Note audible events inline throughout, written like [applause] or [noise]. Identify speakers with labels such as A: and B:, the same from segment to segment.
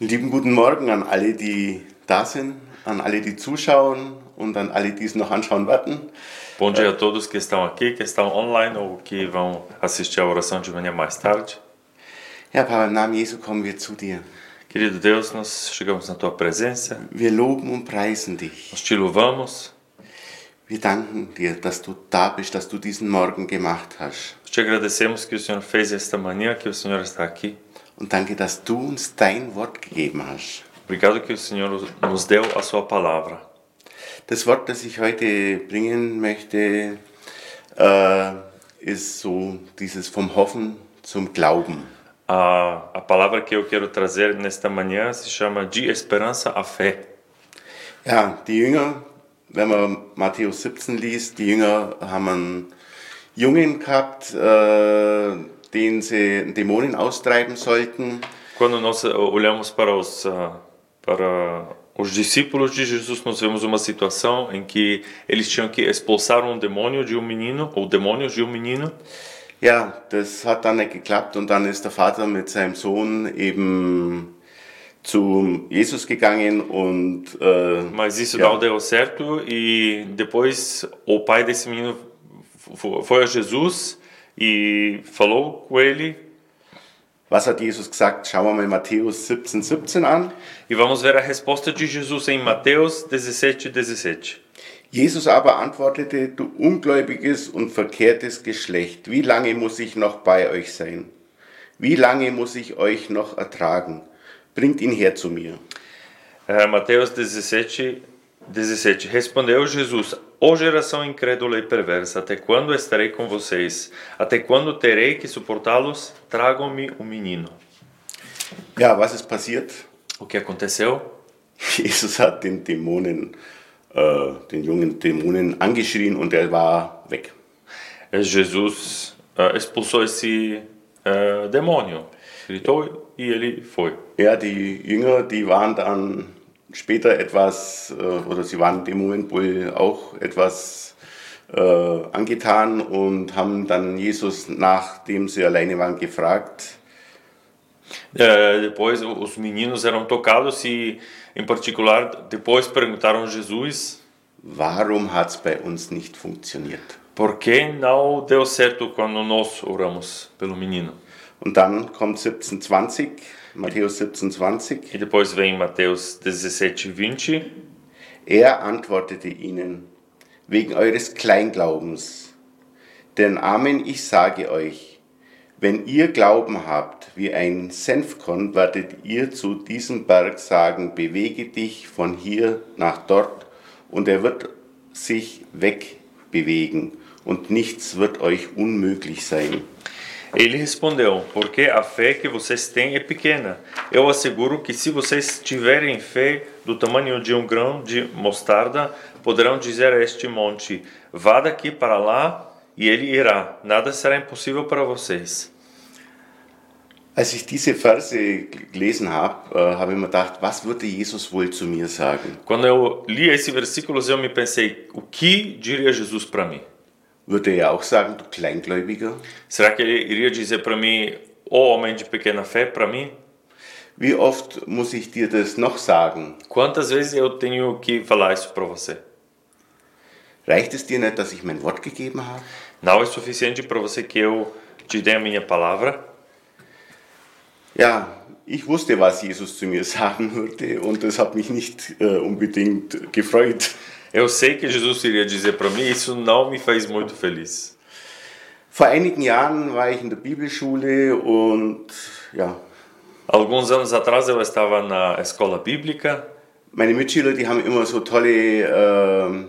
A: Lieben guten Morgen an alle, die da sind, an alle, die zuschauen und an alle, die es noch anschauen werden.
B: Bom dia a todos que estão aqui, que estão online ou que vão assistir a oração de manhã mais tarde.
A: Herr Papa, im Namen Jesu kommen wir zu dir.
B: Querido Deus, nós chegamos na tua presença,
A: Wir loben und preisen dich.
B: nós te louvamos,
A: Wir danken dir, dass du da bist, dass du diesen Morgen gemacht hast.
B: nós te agradecemos que o Senhor fez esta manhã, que o Senhor está aqui.
A: Und danke, dass du uns dein Wort gegeben hast.
B: Obrigado que o Senhor nos deu a sua palavra.
A: Das Wort, das ich heute bringen möchte, äh, ist so dieses vom Hoffen zum Glauben.
B: A, a palavra que eu quero trazer nesta manhã se chama De Esperança à Fé.
A: Ja, die Jünger, wenn man Matthäus 17 liest, die Jünger haben einen Jungen gehabt, äh, den sie Dämonen austreiben sollten.
B: Quando nós eh, olhamos para os ah, para os discípulos de Jesus, nós vemos uma situação em que eles tinham que expulsar um demônio de um menino ou demônios de um menino.
A: Ja, das hat dann nicht geklappt und dann ist der Vater mit seinem Sohn eben zu Jesus gegangen und äh,
B: Mas isso
A: Ja.
B: não deu certo e depois o pai desse menino fo- foi a Jesus e falou com ele.
A: was hat Jesus gesagt? Schauen wir mal Matthäus 17, 17 an.
B: E vamos ver a resposta de Jesus em Mateus 17, 17.
A: Jesus aber antwortete, du ungläubiges und verkehrtes Geschlecht, wie lange muss ich noch bei euch sein? Wie lange muss ich euch noch ertragen? Bringt ihn her zu mir.
B: É, Mateus 17, 17. Respondeu Jesus: Ó geração incrédula e perversa, até quando estarei com vocês? Até quando terei que suportá-los? Tragam-me o menino.
A: Ja, was ist passiert? [laughs]
B: O que aconteceu?
A: Jesus hat den Dämonen, äh, den jungen Dämonen angeschrien und er war weg.
B: É, Jesus é, expulsou esse é, demônio. Gritou e ele foi.
A: Ja, die Jünger, die waren dann später etwas, äh, oder sie waren in dem Moment wohl auch etwas äh, angetan und haben dann Jesus, nachdem sie alleine waren, gefragt.
B: É, depois o- os meninos eram tocados e, em particular, depois perguntaram a Jesus
A: Warum hat es bei uns nicht funktioniert?
B: por que não deu certo quando nós oramos pelo menino.
A: Und dann kommt 1720, Matthäus 1720.
B: E depois vem Mateus 17, 20.
A: Er antwortete ihnen, wegen eures Kleinglaubens. Denn Amen, ich sage euch, wenn ihr Glauben habt wie ein Senfkorn, werdet ihr zu diesem Berg sagen, bewege dich von hier nach dort, und er wird sich wegbewegen, und nichts wird euch unmöglich sein.
B: Ele respondeu: Porque a fé que vocês têm é pequena. Eu asseguro que se vocês tiverem fé do tamanho de um grão de mostarda, poderão dizer a este monte: Vá daqui para lá, e ele irá. Nada será impossível para vocês.
A: Als ich diese Verse gelesen habe, äh, habe ich mir gedacht, was würde Jesus wohl zu mir sagen?
B: Quando eu li esse versículo, eu me pensei: O que diria Jesus para mim?
A: Würde er auch sagen, du Kleingläubiger?
B: Será que ele iria dizer para mim: Ô homem de pequena fé, para mim?
A: Wie oft muss ich dir das noch sagen?
B: Quantas vezes eu tenho que falar isso para você?
A: Reicht es dir nicht, dass ich mein Wort gegeben habe?
B: Não é suficiente para você que eu te dê a minha palavra?
A: Ja, ich wusste, was Jesus zu mir [laughs] sagen würde und das hat mich nicht äh, unbedingt gefreut.
B: Eu sei que Jesus iria dizer para mim, isso não me fez muito feliz.
A: Vor einigen Jahren war ich in der Bibelschule und ja,
B: Alguns anos atrás eu estava na escola bíblica
A: meine Mitschüler, die haben immer so tolle ähm,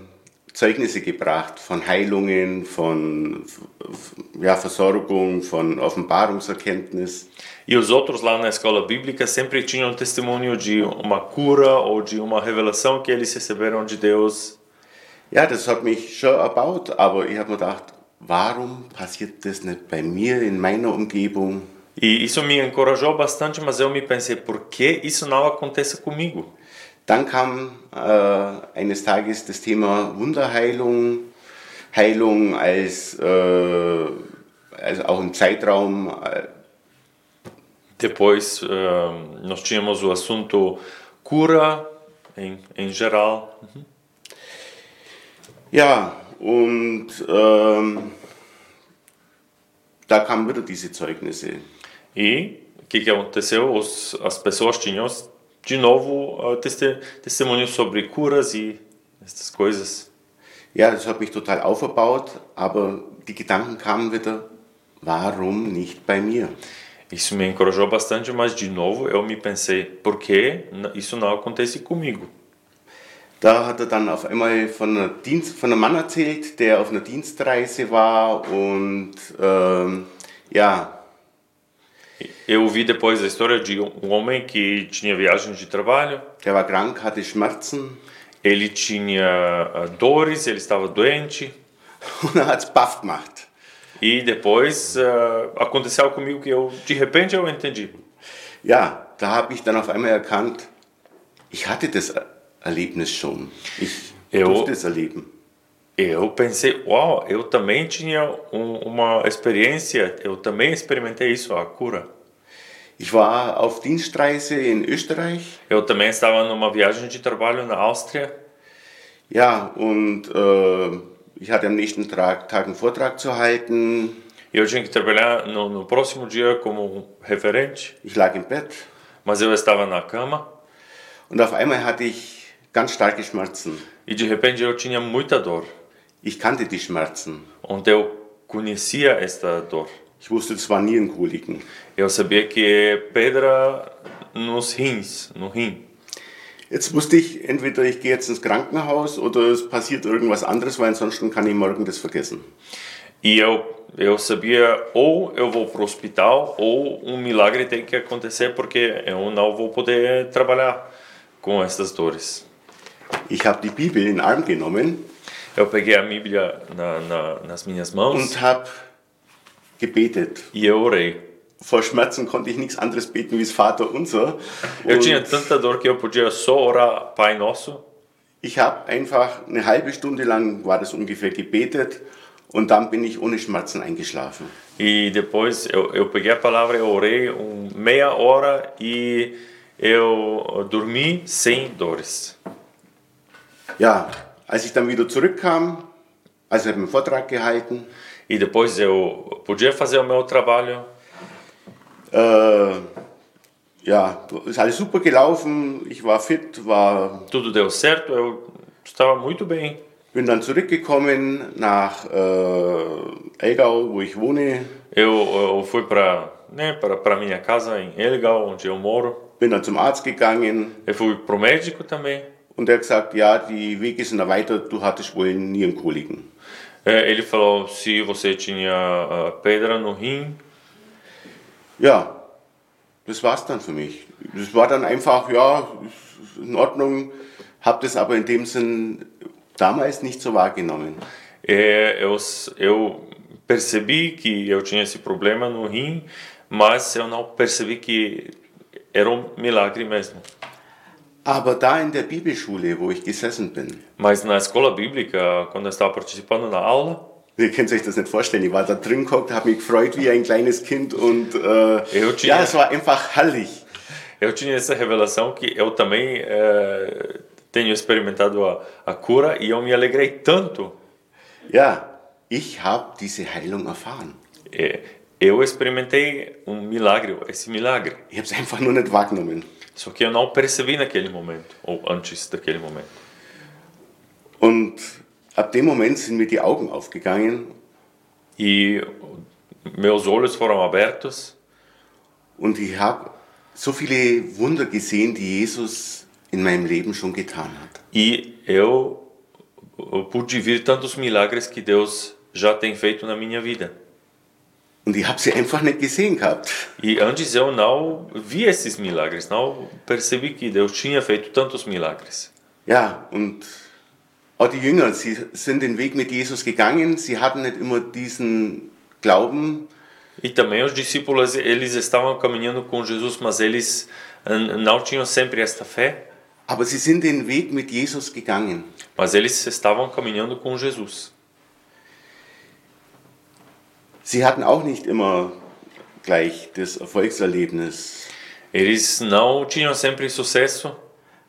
A: Zeugnisse gebracht von Heilungen, von f- ja, Versorgung, von Offenbarungserkenntnis.
B: e os outros lá na escola bíblica sempre tinham testemunho de uma cura ou de uma revelação que eles receberam de Deus.
A: Ja, das hat mich schon erbaut, aber ich habe mir gedacht, warum passiert das nicht bei mir in meiner Umgebung?
B: E isso me encorajou bastante, mas eu me pensei, por que isso não acontece comigo?
A: Dann kam äh, eines Tages das Thema Wunderheilung, Heilung als, äh, also auch im Zeitraum, äh,
B: Depois eh, nós tínhamos o assunto cura em, em geral.
A: Ja, und ähm, da kamen wieder diese Zeugnisse.
B: E o que, que aconteceu? Os, as pessoas tinham de novo eh, teste, testemunhos sobre curas e essas coisas.
A: Ja, das hat mich total auferbaut, aber die Gedanken kamen wieder, warum nicht bei mir?
B: Isso me encorajou bastante, mas de novo eu me pensei, por que n- isso não acontece comigo?
A: Da hat er dann auf einmal von, einer Dienst, von einem Mann erzählt, der auf einer Dienstreise war und ähm, ja,
B: Eu ouvi depois a história de um homem que tinha viagem de trabalho,
A: der war krank, hatte Schmerzen [laughs]
B: ele tinha ah, dores, ele estava doente,
A: und er hat's baff gemacht.
B: E depois ah, aconteceu algo comigo que eu, de repente, eu entendi.
A: Ja, da habe ich dann auf einmal erkannt, ich hatte das Er- Erlebnis schon. Ich
B: Jo.
A: durfte es erleben.
B: Eu pensei, uau, eu também tinha um, uma experiência, eu também experimentei isso, a cura.
A: Ich war auf Dienstreise in Österreich.
B: Eu também estava numa viagem de trabalho na Áustria
A: Ja, und äh, ich hatte am nächsten Tag, Tag einen Vortrag zu halten.
B: e eu tinha que trabalhar no, no próximo dia como referente,
A: Ich lag im Bett
B: mas eu estava na cama
A: und auf einmal hatte ich ganz starke Schmerzen.
B: e de repente eu tinha muita dor,
A: Ich kannte die Schmerzen.
B: onde eu conhecia esta dor.
A: Ich wusste, das waren Nierenkoliken.
B: Eu sabia que é pedra nos rins, no rim.
A: Jetzt wusste ich, entweder ich gehe jetzt ins Krankenhaus oder es passiert irgendwas anderes, weil ansonsten kann ich morgen das vergessen.
B: E eu, eu sabia, ou eu vou para o hospital, ou um milagre tem que acontecer, porque eu não vou poder trabalhar com essas dores.
A: Ich habe die Bibel in den Arm genommen
B: Eu peguei a Bíblia na, na, nas minhas mãos
A: und habe gebetet.
B: e eu orei.
A: Vor Schmerzen konnte ich nichts anderes beten wie das Vater unser.
B: Eu tinha
A: Und
B: tanta dor que eu podia só orar Pai Nosso.
A: ich habe einfach eine halbe Stunde lang, war das ungefähr, gebetet und dann bin ich ohne Schmerzen eingeschlafen.
B: E depois eu, eu peguei a palavra, eu orei um, meia hora e eu dormi sem dores.
A: Ja, als ich dann wieder zurückkam, also ich habe einen Vortrag gehalten,
B: E depois eu podia fazer o meu trabalho,
A: äh, ja, ist alles super gelaufen, ich war fit, war,
B: tudo deu certo, eu estava muito bem.
A: bin dann zurückgekommen nach äh, Elgau, wo ich wohne,
B: Eu, eu fui para né, para para minha casa em Elgau, onde eu moro.
A: bin dann zum Arzt gegangen
B: Eu fui pro médico também.
A: und der hat gesagt, ja, die Wege sind erweitert, du hattest wohl Nierenkoliken.
B: É, ele falou se você tinha ah, pedra no rim.
A: Ja, das war's dann für mich. Das war dann einfach, ja, ist in Ordnung, habe das aber in dem Sinn damals nicht so wahrgenommen.
B: É, eu s- eu percebi que eu tinha esse problema no rim, mas eu não percebi que era um milagre mesmo.
A: Aber da in der Bibelschule, wo ich gesessen bin,
B: Mas na escola bíblica, quando eu estava participando na aula,
A: ihr könnt euch das nicht vorstellen, ich war da drin gehockt, habe mich gefreut wie ein kleines Kind und äh,
B: Eu tinha-
A: ja, es war einfach herrlich.
B: Eu tinha essa revelação que eu também eh, tenho experimentado a, a cura e eu me alegrei tanto.
A: Ja, ich habe diese Heilung erfahren.
B: Eh, eu experimentei um milagre, esse milagre.
A: Ich habe es einfach nur nicht wahrgenommen.
B: Só que eu não percebi naquele momento, ou antes daquele momento.
A: Und ab dem Moment sind mir die Augen aufgegangen
B: E meus olhos foram abertos
A: Und ich habe so viele Wunder gesehen, die Jesus in meinem Leben schon getan hat.
B: e eu, eu pude ver tantos milagres que Deus já tem feito na minha vida.
A: Und ich habe sie einfach nicht gesehen gehabt.
B: E antes eu não vi esses milagres, não percebi que Deus tinha feito tantos milagres.
A: Ja, und auch die Jünger, sie sind den Weg mit Jesus gegangen. Sie hatten nicht immer diesen Glauben.
B: E também os discípulos, eles estavam caminhando com Jesus, mas eles eh, não tinham sempre esta fé,
A: Aber sie sind den Weg mit Jesus gegangen.
B: mas eles estavam caminhando com Jesus.
A: Sie hatten auch nicht immer gleich das Erfolgserlebnis.
B: Eles não tinham sempre sucesso,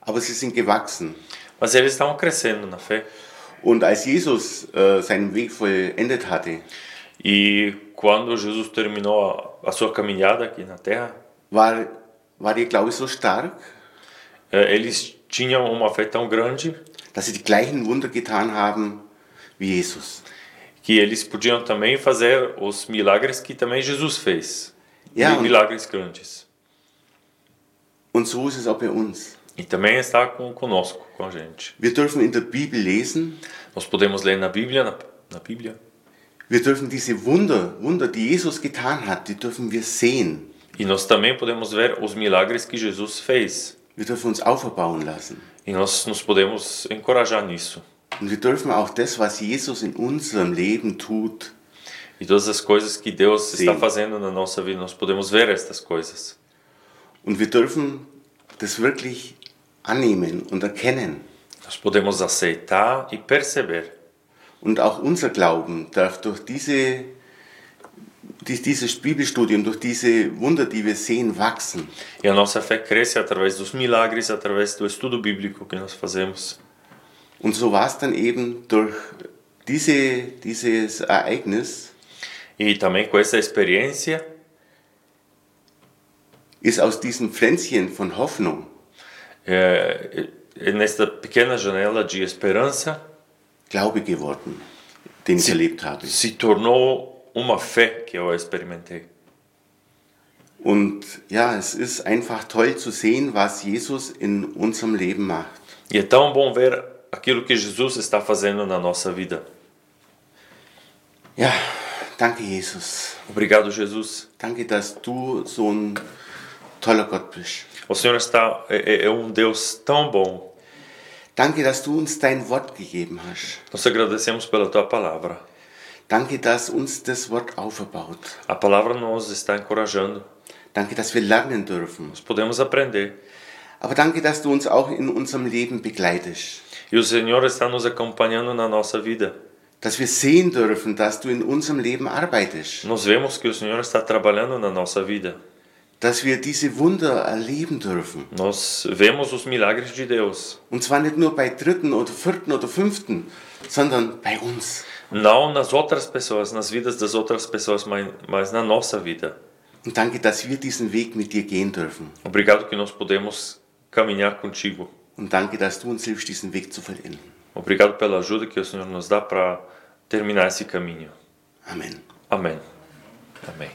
A: Aber sie sind gewachsen.
B: mas eles estavam crescendo na fé.
A: Und als Jesus äh, seinen Weg vollendet hatte,
B: E quando Jesus terminou a, a sua caminhada aqui na terra,
A: war, war ihr Glaube so stark,
B: eh, eles tinham uma fé tão grande
A: dass sie die gleichen Wunder getan haben wie Jesus.
B: que eles podiam também fazer os milagres que também Jesus fez.
A: Ja,
B: Mi-
A: und,
B: Milagres grandes.
A: und so ist es auch bei uns.
B: E também está com, conosco, com a gente.
A: Wir dürfen in der Bibel lesen,
B: Nós podemos ler na Bíblia, na, na Bíblia,
A: wir dürfen diese Wunder, Wunder, die Jesus getan hat, die dürfen wir sehen.
B: e nós também podemos ver os milagres que Jesus fez.
A: Wir dürfen uns auferbauen lassen.
B: E nós nos podemos encorajar nisso.
A: Und wir dürfen auch das, was Jesus in unserem Leben tut,
B: E todas as coisas que Deus está
A: Sim.
B: fazendo na nossa vida, nós podemos ver estas coisas.
A: und wir dürfen das wirklich annehmen und erkennen.
B: Nós podemos aceitar e perceber.
A: Und auch unser Glauben darf durch diese, dies- dieses Bibelstudium, durch diese Wunder, die wir sehen, wachsen.
B: E a nossa fé cresce através dos milagres, através do estudo bíblico que nós fazemos.
A: Und so war es dann eben durch diese, dieses Ereignis,
B: E também com essa experiência,
A: ist aus diesem Pflänzchen von Hoffnung
B: é, é, nesta pequena janela de esperança,
A: Glaube geworden, den ich
B: Sie-
A: erlebt habe.
B: se tornou uma fé que eu experimentei.
A: Und ja, es ist einfach toll zu sehen, was Jesus in unserem Leben macht.
B: E é tão bom ver aquilo que Jesus está fazendo na nossa vida.
A: Ja, danke Jesus.
B: Obrigado, Jesus.
A: Danke, dass du so ein toller Gott bist.
B: O Senhor está é, é- é um Deus tão bom.
A: Danke, dass du uns dein Wort gegeben hast.
B: Nós agradecemos pela tua palavra.
A: Danke, dass uns das Wort auferbaut.
B: A palavra nos está encorajando.
A: Danke, dass wir lernen dürfen.
B: Nós podemos aprender.
A: Aber danke, dass du uns auch in unserem Leben begleitest.
B: E o Senhor está nos acompanhando na nossa vida.
A: Dass wir sehen dürfen, dass du in unserem Leben arbeitest.
B: Nós vemos que o Senhor está trabalhando na nossa vida.
A: Dass wir diese Wunder erleben dürfen.
B: Nós vemos os milagres de Deus.
A: Und zwar nicht nur bei Dritten oder Vierten oder Fünften, sondern bei uns.
B: Não nas outras pessoas, nas vidas das outras pessoas, mas, mas na nossa vida.
A: Und danke, dass wir diesen Weg mit dir gehen dürfen.
B: Obrigado que nós podemos caminhar contigo.
A: Und danke, dass du uns hilfst, diesen Weg zu vollenden.
B: Obrigado pela ajuda que o Senhor nos dá para terminar esse caminho.
A: Amen.
B: Amém. Amém.